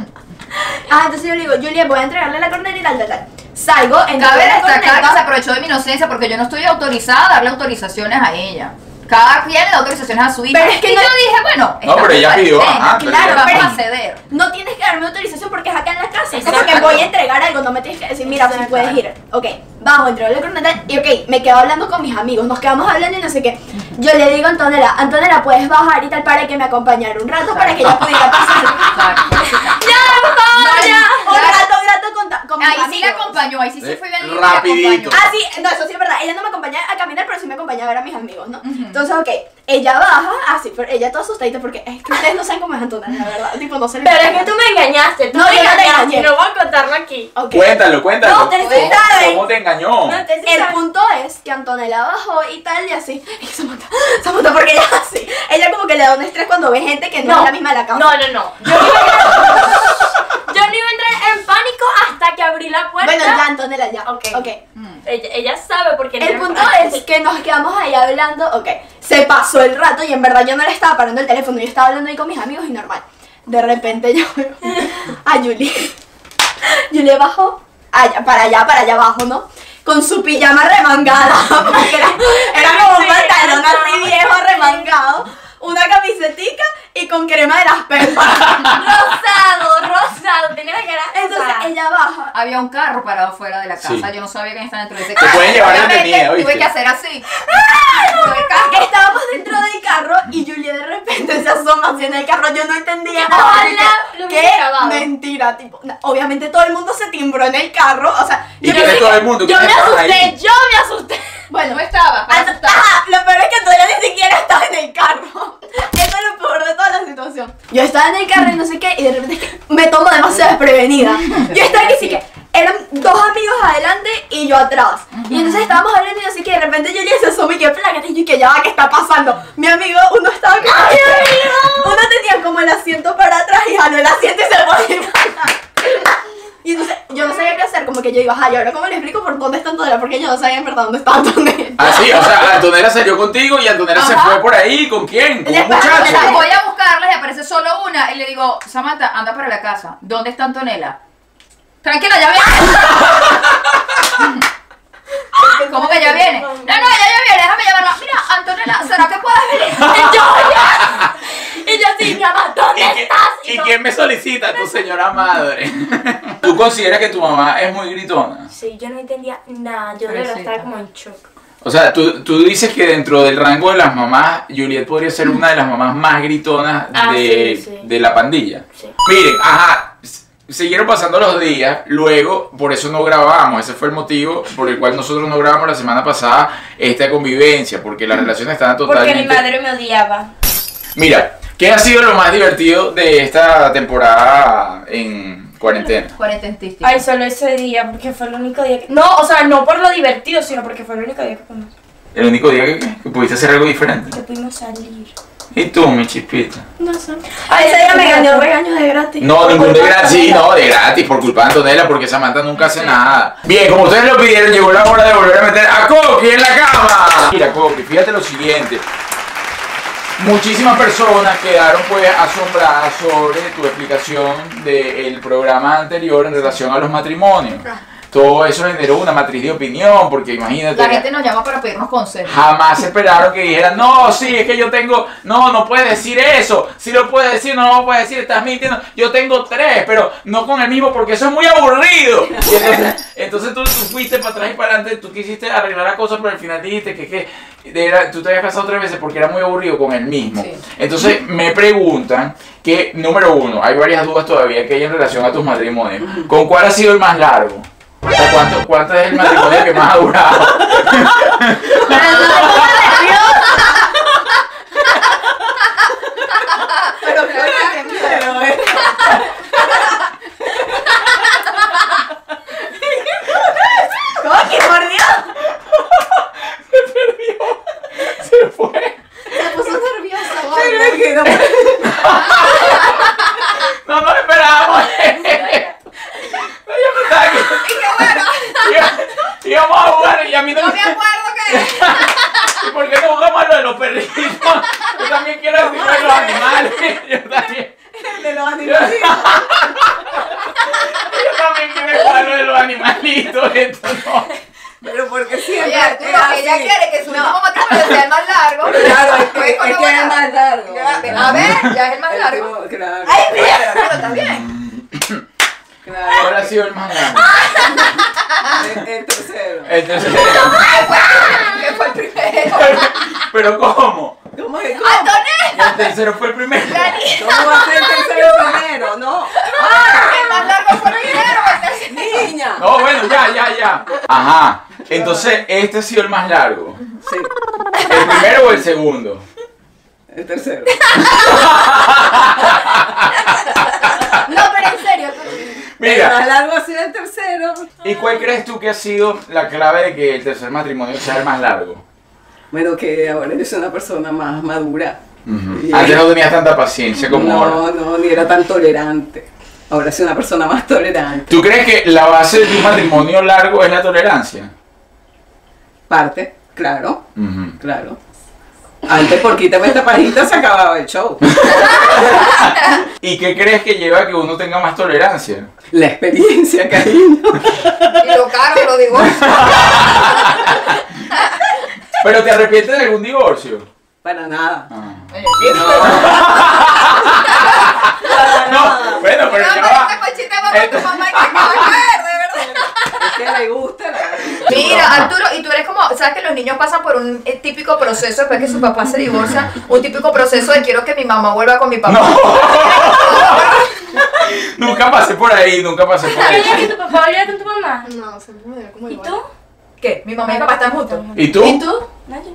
[SPEAKER 3] ah, entonces yo le digo, Juliet, voy a entregarle la corneta y tal, tal, tal. Salgo, entrego
[SPEAKER 2] Cabe
[SPEAKER 3] la
[SPEAKER 2] destacar que se
[SPEAKER 3] corneta.
[SPEAKER 2] aprovechó de mi inocencia porque yo no estoy autorizada a darle autorizaciones a ella. Cada quien le da autorizaciones a su hija.
[SPEAKER 3] Pero es que
[SPEAKER 2] y
[SPEAKER 3] no-
[SPEAKER 2] yo dije, bueno,
[SPEAKER 1] No, pero ella pidió, ajá, pero
[SPEAKER 2] claro,
[SPEAKER 3] ella-
[SPEAKER 2] vamos
[SPEAKER 3] pero-
[SPEAKER 2] a ceder.
[SPEAKER 1] <laughs>
[SPEAKER 3] No tienes que darme autorización porque es acá en la casa. Es como que voy a entregar algo, no me tienes que decir, mira, si puedes ir. Ok, bajo, entrego la corneta y ok, me quedo hablando con mis amigos, nos quedamos hablando y no sé qué. Yo le digo a Antonella, Antonella, puedes bajar y tal para que me acompañara un rato para que ella pudiera pasar.
[SPEAKER 2] Exacto.
[SPEAKER 3] ¡Ya!
[SPEAKER 2] ya.
[SPEAKER 3] Un rato, un rato con, ta- con mis
[SPEAKER 2] Ahí sí la
[SPEAKER 3] amigos.
[SPEAKER 2] acompañó, ahí sí se fue bien libre y la
[SPEAKER 1] Eh, Rapidito.
[SPEAKER 2] acompañó.
[SPEAKER 3] Ah, sí, no, eso sí es verdad. Ella no me acompañaba a caminar, pero sí me acompañaba a ver a mis amigos, ¿no? Entonces, ok, ella baja, así, pero ella toda asustadita porque es que ustedes no saben cómo es Antonella, la verdad. Tipo, no se le
[SPEAKER 4] Pero es que tú me engañaste. Tú
[SPEAKER 3] No,
[SPEAKER 4] me
[SPEAKER 3] yo no te
[SPEAKER 4] engañaste.
[SPEAKER 3] engañé.
[SPEAKER 4] No voy a contarlo aquí.
[SPEAKER 3] Ok.
[SPEAKER 1] Cuéntalo, cuéntalo.
[SPEAKER 3] No, ustedes sí saben.
[SPEAKER 1] ¿Cómo te engañó?
[SPEAKER 4] No, te
[SPEAKER 3] El punto es que Antonella bajó y tal, y así. <laughs> Y Samantha, Samantha, porque ella es así. Ella como que le da un estrés cuando ve gente que no, es la misma de la casa.
[SPEAKER 4] No, no, no. Yo no, iba a- yo no iba a entrar en pánico hasta que abrí la puerta.
[SPEAKER 3] Bueno, ya, Antonella, ya.
[SPEAKER 4] Ok.
[SPEAKER 3] ok.
[SPEAKER 4] Ella, ella sabe porque
[SPEAKER 3] El punto es que nos quedamos ahí hablando. Ok, se pasó el rato y en verdad yo no le estaba parando el teléfono. Yo estaba hablando ahí con mis amigos y normal. De repente yo veo a Julie. <laughs> Julie bajó allá- para allá, para allá abajo, ¿no? Con su pijama remangada. <laughs> Porque era, era como un
[SPEAKER 4] Sí,
[SPEAKER 3] pantalón
[SPEAKER 4] era
[SPEAKER 3] así
[SPEAKER 4] como-
[SPEAKER 3] viejo remangado. Una camisetica y con crema de las
[SPEAKER 4] <laughs>
[SPEAKER 3] perlas.
[SPEAKER 4] <laughs> rosado, rosado. Tenía la cara.
[SPEAKER 3] Entonces
[SPEAKER 4] rosada.
[SPEAKER 3] ella baja.
[SPEAKER 2] Había un carro parado fuera de la casa.
[SPEAKER 1] Sí.
[SPEAKER 2] Yo no sabía quién estaba dentro de ese
[SPEAKER 1] Te
[SPEAKER 2] carro.
[SPEAKER 1] pueden llevar
[SPEAKER 2] Obviamente,
[SPEAKER 1] detenida, ¿oíste?
[SPEAKER 2] Tuve que hacer así.
[SPEAKER 3] <laughs> Estábamos dentro del carro y Julia de repente se asoma así en el carro. Yo no entendía
[SPEAKER 4] Ojalá
[SPEAKER 3] marica.
[SPEAKER 4] lo hubiese
[SPEAKER 3] Qué
[SPEAKER 4] grabado.
[SPEAKER 3] mentira. Tipo, na- obviamente todo el mundo se timbró en el carro. O sea,
[SPEAKER 1] ¿Y
[SPEAKER 3] yo
[SPEAKER 1] quién es todo el mundo?
[SPEAKER 4] Yo
[SPEAKER 1] ¿Quién
[SPEAKER 4] me
[SPEAKER 1] estaba ahí?
[SPEAKER 4] asusté, yo me asusté.
[SPEAKER 2] ¿Cómo
[SPEAKER 3] Bueno,
[SPEAKER 2] estaba?
[SPEAKER 1] <laughs>
[SPEAKER 3] ah, ajá, lo peor es que todavía ni siquiera estaba en el carro. <laughs> Eso es lo peor de toda la situación. Yo estaba en el carro y no sé qué, y de repente es que me tomo demasiado desprevenida. Yo estaba que sí que eran dos amigos adelante y yo atrás. Y entonces estábamos hablando y no sé qué, y de repente yo le se asoma y que placa, y yo que ya va, ¿qué está pasando? Mi amigo, uno estaba como. ¡Ay, amigo! Uno tenía como el asiento para atrás y jaló el asiento y se fue. Y entonces yo no sabía qué hacer, como que yo iba, ajá, ¿y ahora cómo le explico por dónde está Antonella? Porque yo no sabía en verdad dónde está Antonella.
[SPEAKER 1] Así, Ah, o sea, Antonella salió contigo y Antonella se fue por ahí. ¿Con quién? Con un
[SPEAKER 3] Después,
[SPEAKER 1] muchacho.
[SPEAKER 3] Antonella-
[SPEAKER 2] Voy a buscarlas y aparece solo una. Y le digo, Samantha, anda para la casa. ¿Dónde está Antonella? Tranquila, ya viene. ¿Cómo que ya viene? No, no, ya, ya viene, déjame llamarla. Mira, Antonella, ¿será que puedes venir? Y yo, "Yes". Y yo así, mi mamá,
[SPEAKER 1] ¿Y,
[SPEAKER 2] ¿dónde
[SPEAKER 1] qué-
[SPEAKER 2] estás?
[SPEAKER 1] y
[SPEAKER 2] yo,
[SPEAKER 1] quién me solicita? Tu señora
[SPEAKER 4] <laughs>
[SPEAKER 1] madre. ¿Tú consideras que tu mamá es muy gritona?
[SPEAKER 4] Sí, yo no entendía nada, yo de verdad estaba como en shock.
[SPEAKER 1] O sea, tú, tú dices que dentro del rango de las mamás, Juliet podría ser una de las mamás más gritonas
[SPEAKER 4] Ah,
[SPEAKER 1] de,
[SPEAKER 4] sí, sí.
[SPEAKER 1] de la pandilla.
[SPEAKER 4] Sí.
[SPEAKER 1] Miren, ajá. s- Siguieron pasando los días, luego, por eso no grabamos, ese fue el motivo por el cual nosotros no grabamos la semana pasada esta convivencia, porque la relación estaba totalmente...
[SPEAKER 4] Mm. Porque mi madre me odiaba.
[SPEAKER 1] Mira, ¿qué ha sido lo más divertido de esta temporada en cuarentena?
[SPEAKER 2] Cuarententística.
[SPEAKER 4] Ay, solo ese día, porque fue el único día que... No, o sea, no por lo divertido, sino porque fue el único día que pudimos,
[SPEAKER 1] El único día que, que pudiste hacer algo diferente.
[SPEAKER 4] que pudimos salir.
[SPEAKER 1] ¿Y tú, mi chispita?
[SPEAKER 3] No sé.
[SPEAKER 4] Ay,
[SPEAKER 3] ese día me
[SPEAKER 4] Antonella.
[SPEAKER 3] ganó regaño de gratis.
[SPEAKER 1] No,
[SPEAKER 3] Por
[SPEAKER 1] ningún de
[SPEAKER 3] culpa
[SPEAKER 1] gratis, sí,
[SPEAKER 3] Antonella.
[SPEAKER 1] no, de gratis, por culpa de Antonella, porque Samantha nunca hace nada. Bien, como ustedes lo pidieron, llegó la hora de volver a meter a Coqui en la cama. Mira, Coqui, fíjate lo siguiente. Muchísimas personas quedaron pues asombradas sobre tu explicación del programa anterior en relación a los matrimonios.
[SPEAKER 3] Ah.
[SPEAKER 1] Todo eso generó una matriz de opinión, porque imagínate.
[SPEAKER 2] La gente nos llama para pedirnos consejos.
[SPEAKER 1] Jamás esperaron que dijeran, no, sí, es que yo tengo, no, no puedes decir eso, si lo puedes decir, no lo puedes decir, estás mintiendo, yo tengo tres, pero no con el mismo porque eso es muy aburrido. Y entonces, entonces tú, tú fuiste para atrás y para adelante, tú quisiste arreglar la cosa, pero al final dijiste que, que era- tú te habías casado tres veces porque era muy aburrido con el mismo.
[SPEAKER 7] Sí.
[SPEAKER 1] Entonces me preguntan que, número uno, hay varias dudas todavía que hay en relación a tus matrimonios. ¿Con cuál ha sido el más largo? O sea, ¿cuánto, ¿Cuánto es el matrimonio que más ha durado? <laughs>
[SPEAKER 7] Pero creo que primero, ¿eh?
[SPEAKER 3] Coqui, por Dios.
[SPEAKER 1] Se fue.
[SPEAKER 3] Se puso <laughs> nerviosa,
[SPEAKER 7] Pero
[SPEAKER 3] guarda.
[SPEAKER 7] es que no puede-
[SPEAKER 1] No nos
[SPEAKER 2] <laughs>
[SPEAKER 1] esperábamos. esto. No, yo pensaba que- que íbamos a jugar y a mí no, me
[SPEAKER 2] acuerdo que.
[SPEAKER 1] <laughs> ¿Y por qué no jugamos lo de los perritos? Yo también quiero decir lo de los animales. Yo también.
[SPEAKER 7] de los animalitos.
[SPEAKER 1] <laughs> Yo también quiero jugar lo de los animalitos. Esto no.
[SPEAKER 7] Pero porque
[SPEAKER 2] Oye,
[SPEAKER 7] siempre
[SPEAKER 2] Arturo,
[SPEAKER 7] es
[SPEAKER 2] que ella
[SPEAKER 7] así.
[SPEAKER 2] quiere que su último matrimonio sea el más largo.
[SPEAKER 7] Claro, es que,
[SPEAKER 2] Puede
[SPEAKER 7] es que es
[SPEAKER 2] colaborar.
[SPEAKER 7] más largo.
[SPEAKER 2] A ver, ya es el más largo.
[SPEAKER 7] Claro.
[SPEAKER 2] Ay, mira, pero también.
[SPEAKER 7] Claro.
[SPEAKER 1] ha sido el más grande?
[SPEAKER 7] El, el tercero.
[SPEAKER 1] Este El tercero.
[SPEAKER 2] Que fue el primero.
[SPEAKER 1] <laughs> ¿Pero cómo?
[SPEAKER 7] ¿Cómo que cómo?
[SPEAKER 2] ¡Antonella!
[SPEAKER 1] El tercero fue el primero.
[SPEAKER 7] ¿Cómo va a ser el tercero primero? No.
[SPEAKER 2] El más largo fue el primero. el tercero.
[SPEAKER 7] Niña.
[SPEAKER 1] No, Oh, bueno, ya, ya, ya. Ajá. Entonces, este ha sido el más largo.
[SPEAKER 7] Sí,
[SPEAKER 1] ¿El primero o el segundo?
[SPEAKER 7] el tercero.
[SPEAKER 2] No, pero en serio.
[SPEAKER 3] <laughs>
[SPEAKER 1] Mira.
[SPEAKER 7] El más largo ha sido el tercero.
[SPEAKER 1] ¿Y cuál crees tú que ha sido la clave de que el tercer matrimonio sea el más largo?
[SPEAKER 7] Bueno, que ahora yo soy una persona más madura. Y-
[SPEAKER 1] Antes no tenías tanta paciencia como ahora.
[SPEAKER 7] No, no, ni era tan tolerante. Ahora soy una persona más tolerante.
[SPEAKER 1] ¿Tú crees que la base de un matrimonio largo es la tolerancia?
[SPEAKER 7] Parte, claro,
[SPEAKER 1] Ujú.
[SPEAKER 7] claro. Antes por quítame esta pajita se acababa el show.
[SPEAKER 1] ¿Y qué crees que lleva a que uno tenga más tolerancia?
[SPEAKER 7] La experiencia, cariño.
[SPEAKER 2] Y lo caro, lo digo.
[SPEAKER 3] <laughs>
[SPEAKER 1] ¿Pero te arrepientes de algún divorcio?
[SPEAKER 7] Para nada.
[SPEAKER 1] Ah.
[SPEAKER 7] No,
[SPEAKER 1] No, bueno, pero ya va.
[SPEAKER 2] cochita va con tu mamá y que acaba de ver, de verdad.
[SPEAKER 7] es que le gusta la...
[SPEAKER 2] Mira, Arturo, y tú eres como, sabes que los niños pasan por un eh, típico proceso después que su papá se divorcia, un típico proceso de quiero que mi mamá vuelva con mi papá.
[SPEAKER 1] <laughs> Nunca pasé por ahí, nunca pasé por ahí.
[SPEAKER 4] ¿Sabías que tu papá volvía con tu mamá?
[SPEAKER 3] No, se me dio como
[SPEAKER 4] ¿Y
[SPEAKER 3] igual.
[SPEAKER 4] tú?
[SPEAKER 2] ¿Qué? Mi mamá y mi papá están juntos.
[SPEAKER 1] ¿Y tú?
[SPEAKER 3] ¿Y tú?
[SPEAKER 4] Nadie.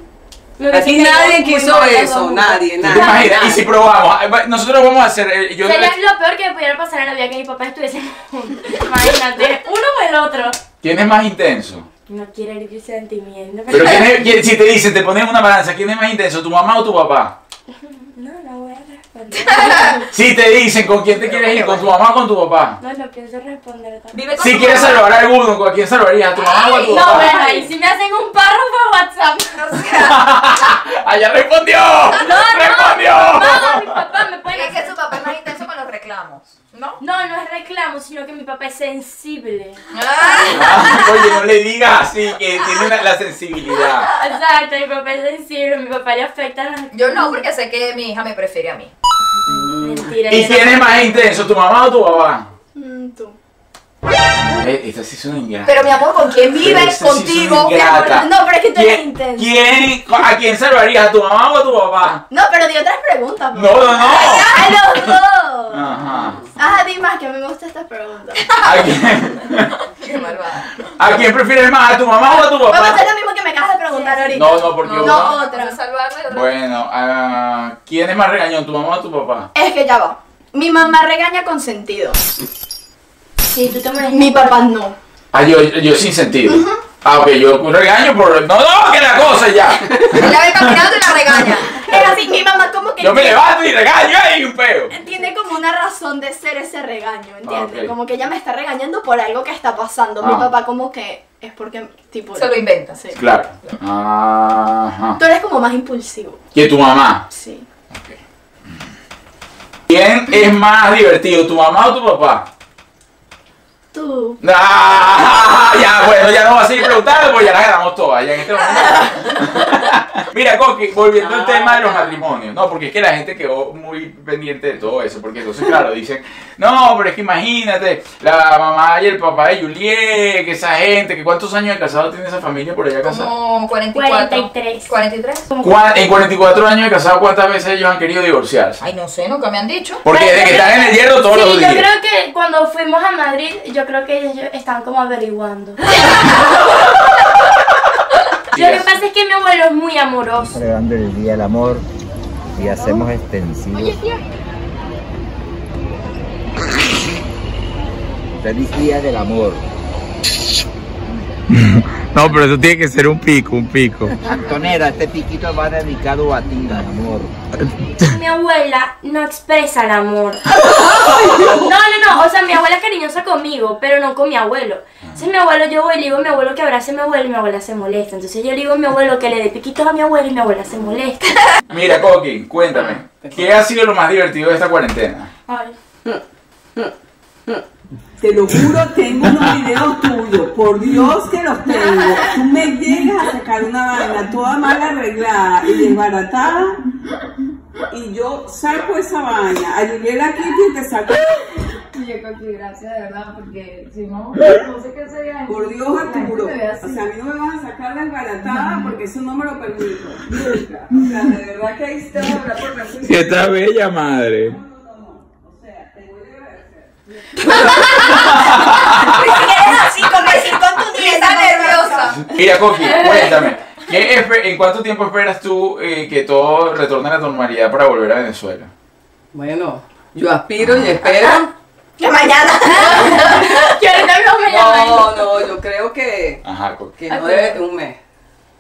[SPEAKER 7] Aquí nadie quiso eso, nadie,
[SPEAKER 1] ¿Tú te
[SPEAKER 7] nadie.
[SPEAKER 1] imaginas? ¿Y si probamos? Ah, va- Nosotros vamos a hacer... eh, Yo
[SPEAKER 4] Sería lo peor que me pudiera pasar en la vida que mis papás estuviesen <laughs> juntos. Imagínate, uno o el otro.
[SPEAKER 1] ¿Quién es más intenso?
[SPEAKER 4] No quiero ir que sentimiento.
[SPEAKER 1] Pero ¿quién es- quién- si te dicen, te ponen una balanza, ¿quién es más intenso, tu mamá o tu papá?
[SPEAKER 4] No, no voy a hablar. <laughs>
[SPEAKER 1] Si te dicen con quién te quieres ir, con tu mamá o con tu papá.
[SPEAKER 4] No, no pienso responder tampoco.
[SPEAKER 6] Vive con
[SPEAKER 1] Si
[SPEAKER 6] tu
[SPEAKER 1] quieres
[SPEAKER 2] <laughs>
[SPEAKER 6] mamá.
[SPEAKER 1] salvar a alguno, ¿con quién salvarías? ¿A tu mamá o a tu
[SPEAKER 4] No,
[SPEAKER 1] papá?
[SPEAKER 4] bueno, ahí si me hacen un párrafo de
[SPEAKER 7] <laughs>
[SPEAKER 4] WhatsApp.
[SPEAKER 6] O sea,
[SPEAKER 1] ¡Allá respondió! ¡Respondió!
[SPEAKER 4] Mamá, mi papá me puede
[SPEAKER 6] es que su papá es más intenso con los reclamos, ¿no?
[SPEAKER 4] No, no es reclamo, sino que mi papá es sensible.
[SPEAKER 1] Ah, oye, no le digas así, que tiene una- la sensibilidad.
[SPEAKER 4] Exacto, mi papá es sensible, mi papá le afecta las
[SPEAKER 6] Yo no, porque sé que mi hija me prefiere a mí.
[SPEAKER 4] mentiras.
[SPEAKER 1] ¿Y
[SPEAKER 4] yo no-
[SPEAKER 1] quién es más intenso, tu mamá o tu papá?
[SPEAKER 3] Mm, tú.
[SPEAKER 1] Eh, esta sí es una ingrata.
[SPEAKER 6] Pero mi amor, ¿con quién
[SPEAKER 1] Pero
[SPEAKER 6] vives?
[SPEAKER 1] esta sí es una
[SPEAKER 6] Contigo.
[SPEAKER 3] Mi amor,
[SPEAKER 1] ingrata.
[SPEAKER 3] No, pero es que tú
[SPEAKER 1] <laughs>
[SPEAKER 3] eres
[SPEAKER 1] ¿Quién,
[SPEAKER 3] intenso.
[SPEAKER 1] quién- ¿A quién salvarías? ¿A tu mamá o a tu papá?
[SPEAKER 3] No, pero di otras preguntas.
[SPEAKER 1] No, no, no.
[SPEAKER 3] ¡A los dos!
[SPEAKER 1] Ajá.
[SPEAKER 3] Ah, di más, que a mí me gustan estas preguntas.
[SPEAKER 1] ¿A
[SPEAKER 3] <laughs>
[SPEAKER 1] quién,
[SPEAKER 6] Qué malvada.
[SPEAKER 1] ¿A quién prefieres más? ¿A tu mamá o a tu
[SPEAKER 3] Vamos a hacer
[SPEAKER 1] papá?
[SPEAKER 3] lo mismo que me acabas de preguntar ahorita.
[SPEAKER 1] No, no, porque
[SPEAKER 3] No,
[SPEAKER 1] uno-
[SPEAKER 3] otra.
[SPEAKER 6] Salvarme, otra.
[SPEAKER 1] Bueno, ah, ¿quién es más regañón, tu mamá o tu papá?
[SPEAKER 3] Es que ya va. Mi mamá regaña con sentido.
[SPEAKER 4] Sí, tú te molestas.
[SPEAKER 3] Mi papá no.
[SPEAKER 1] Ah, yo, yo sin sentido. Ah, ok, yo un regaño por... No, no, que la cosa ya.
[SPEAKER 6] Y la ve caminando y la regaña.
[SPEAKER 3] Es así, mi mamá como que
[SPEAKER 1] Yo me
[SPEAKER 3] tiene-
[SPEAKER 1] levanto y regaño y un peo.
[SPEAKER 3] tiene como una razón de ser ese regaño, ¿entiendes?
[SPEAKER 1] Ah, ok.
[SPEAKER 3] Como que ella me está regañando por algo que está pasando. Mi
[SPEAKER 1] Ah.
[SPEAKER 3] papá como que es porque, tipo...
[SPEAKER 6] Se lo inventa.
[SPEAKER 3] sí.
[SPEAKER 1] Claro. Ajá.
[SPEAKER 3] Tú eres como más impulsivo.
[SPEAKER 1] ¿Y tu mamá?
[SPEAKER 3] Sí.
[SPEAKER 1] ¿Quién es más divertido, tu mamá o tu papá?
[SPEAKER 3] Tú.
[SPEAKER 1] Ah, <laughs> ya, bueno, ya no vas a seguir preguntando porque ya la ganamos todas ya en este momento. <laughs> Mira, Coqui, volviendo al tema de los matrimonios, no, porque es que la gente quedó muy pendiente de todo eso, porque entonces, claro, dicen, no, pero es que imagínate, la mamá y el papá de Juliet, que esa gente, que cuántos años de casado tiene esa familia por allá casada.
[SPEAKER 6] Como 44.
[SPEAKER 4] 43.
[SPEAKER 6] 43.
[SPEAKER 1] ¿Cuá- En 44 años de casado, ¿cuántas veces ellos han querido divorciarse?
[SPEAKER 6] Ay, no sé, nunca me han dicho.
[SPEAKER 1] Porque desde que están en el hierro todos
[SPEAKER 4] sí,
[SPEAKER 1] los días.
[SPEAKER 4] yo creo que cuando fuimos a Madrid, yo creo que ellos están como
[SPEAKER 1] <laughs>
[SPEAKER 4] averiguando. Lo que pasa es que mi abuelo es muy amoroso.
[SPEAKER 8] celebrando el Día del Amor y hacemos extensivo. Feliz Día del Amor.
[SPEAKER 5] No, pero eso tiene que ser un pico, un pico.
[SPEAKER 8] Antonera, este piquito va dedicado a ti, al amor.
[SPEAKER 4] Mi abuela no expresa el amor. No, no, no. O sea, mi abuela es cariñosa conmigo, pero no con mi abuelo. Entonces mi abuelo, yo voy y le digo a mi abuelo que abrace a mi abuelo y mi abuela se molesta. Entonces yo le digo a mi abuelo que le dé piquitos a mi abuelo y mi abuela se molesta.
[SPEAKER 1] Mira, Coqui,
[SPEAKER 4] Ah,
[SPEAKER 1] cuéntame, ¿qué ha sido lo más divertido de esta cuarentena?
[SPEAKER 4] Ay.
[SPEAKER 7] Te lo juro, tengo unos videos tuyos. Por Dios que los tengo. Tú me llegas a sacar una vaina toda mal arreglada y desbaratada. Y yo saco esa vaina. Ayudé la Kitty y te saco. Por Dios, Arturo. O sea, a mí no me vas a sacar desbaratada porque eso no me lo permito. Nunca. O sea, de verdad que ahí está, de verdad, por razón.
[SPEAKER 5] Si esta bella madre.
[SPEAKER 3] Ni siquiera es así, con decir con tu nieta
[SPEAKER 6] Está nerviosa.
[SPEAKER 1] Mira, Coqui, cuéntame, ¿qué espe- ¿en cuánto tiempo esperas tú eh, que todo retorne a la normalidad para volver a Venezuela?
[SPEAKER 7] Bueno, yo aspiro y espero.
[SPEAKER 3] Que mañana.
[SPEAKER 4] Yo ahorita mismo me llaman.
[SPEAKER 7] No, no, yo creo que,
[SPEAKER 1] Ajá, Coqui,
[SPEAKER 9] Ah,
[SPEAKER 7] que no debe un mes.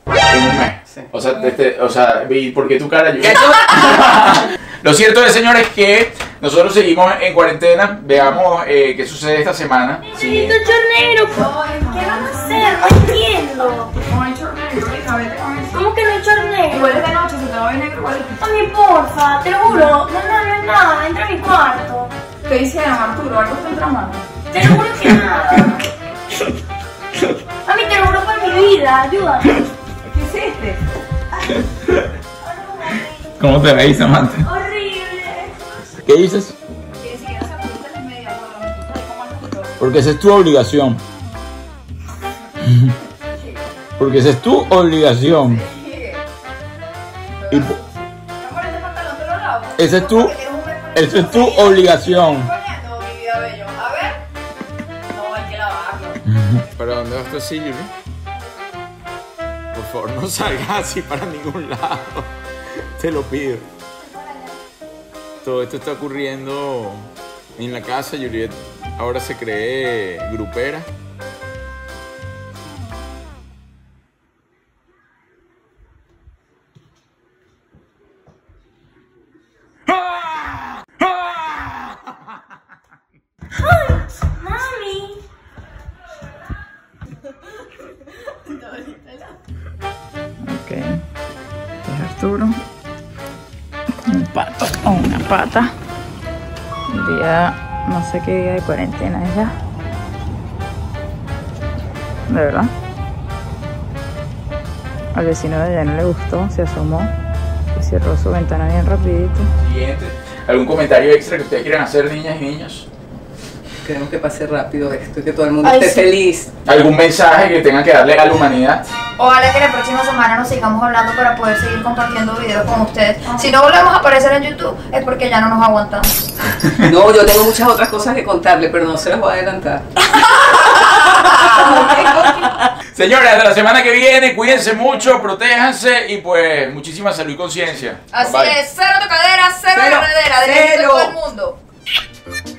[SPEAKER 1] en un mes.
[SPEAKER 7] Sí.
[SPEAKER 1] O sea, desde- o sea, ¿y por qué tu cara? Yo- <laughs> Lo cierto es, señores, que nosotros seguimos en cuarentena, veamos eh, qué sucede esta semana. Sí.
[SPEAKER 4] Chornero, ¿qué vamos a hacer? No entiendo. ¿Cómo que no hay chornero?
[SPEAKER 2] de noche, se te va a ver negro, igual.
[SPEAKER 4] Mami, porfa, te lo juro. No, no, no es nada. Entra a mi cuarto.
[SPEAKER 2] ¿Qué hicieron, Arturo? ¿Algo está tramando?
[SPEAKER 4] Te lo juro que nada. Mami, te lo juro por mi vida. Ayúdame.
[SPEAKER 2] ¿Qué hiciste?
[SPEAKER 5] ¿Cómo te veis, Samantha?
[SPEAKER 4] Horrible.
[SPEAKER 5] ¿Qué dices?
[SPEAKER 2] Que si quieres apuntar en media, por lo menos, ¿cómo Arturo?
[SPEAKER 5] Porque esa es tu obligación. Porque esa es tu obligación. Y po-
[SPEAKER 2] Amor, ese pantalón te lo lavo.
[SPEAKER 5] Ese es tu-
[SPEAKER 2] Porque tienes un mes con
[SPEAKER 5] esa es tu
[SPEAKER 2] frío.
[SPEAKER 5] obligación.
[SPEAKER 2] Poniendo, mi vida bello. A ver. No, hay que lavarlo.
[SPEAKER 5] ¿Para dónde vas tú así, Yuri? Por favor, no salgas así para ningún lado. Te lo pido. Todo esto está ocurriendo en la casa. Yuri ahora se cree grupera. ¡Ah!
[SPEAKER 10] seguro. Un pato o una pata. Día, no sé qué día de cuarentena es ya. De verdad. Al vecino de allá no le gustó, se asomó y cerró su ventana bien rapidito.
[SPEAKER 1] Siguiente. ¿Algún comentario extra que ustedes quieran hacer, niñas y niños?
[SPEAKER 7] Queremos que pase rápido esto y que todo el mundo
[SPEAKER 9] Ay,
[SPEAKER 7] esté
[SPEAKER 9] sí.
[SPEAKER 7] feliz.
[SPEAKER 1] ¿Algún mensaje que tengan que darle a la humanidad?
[SPEAKER 2] Ojalá que la próxima semana nos sigamos hablando para poder seguir compartiendo videos con ustedes. Si no volvemos a aparecer en YouTube es porque ya no nos aguantamos.
[SPEAKER 7] No, yo tengo muchas otras cosas que contarle, pero no se las voy a adelantar.
[SPEAKER 1] Señores, hasta la semana que viene, cuídense mucho, protéjanse y pues muchísima salud y conciencia.
[SPEAKER 2] Así
[SPEAKER 1] Bye, bye.
[SPEAKER 2] es, cero tocadera, cero,
[SPEAKER 7] Cero,
[SPEAKER 2] verdadera, de
[SPEAKER 7] cero.
[SPEAKER 2] todo el mundo.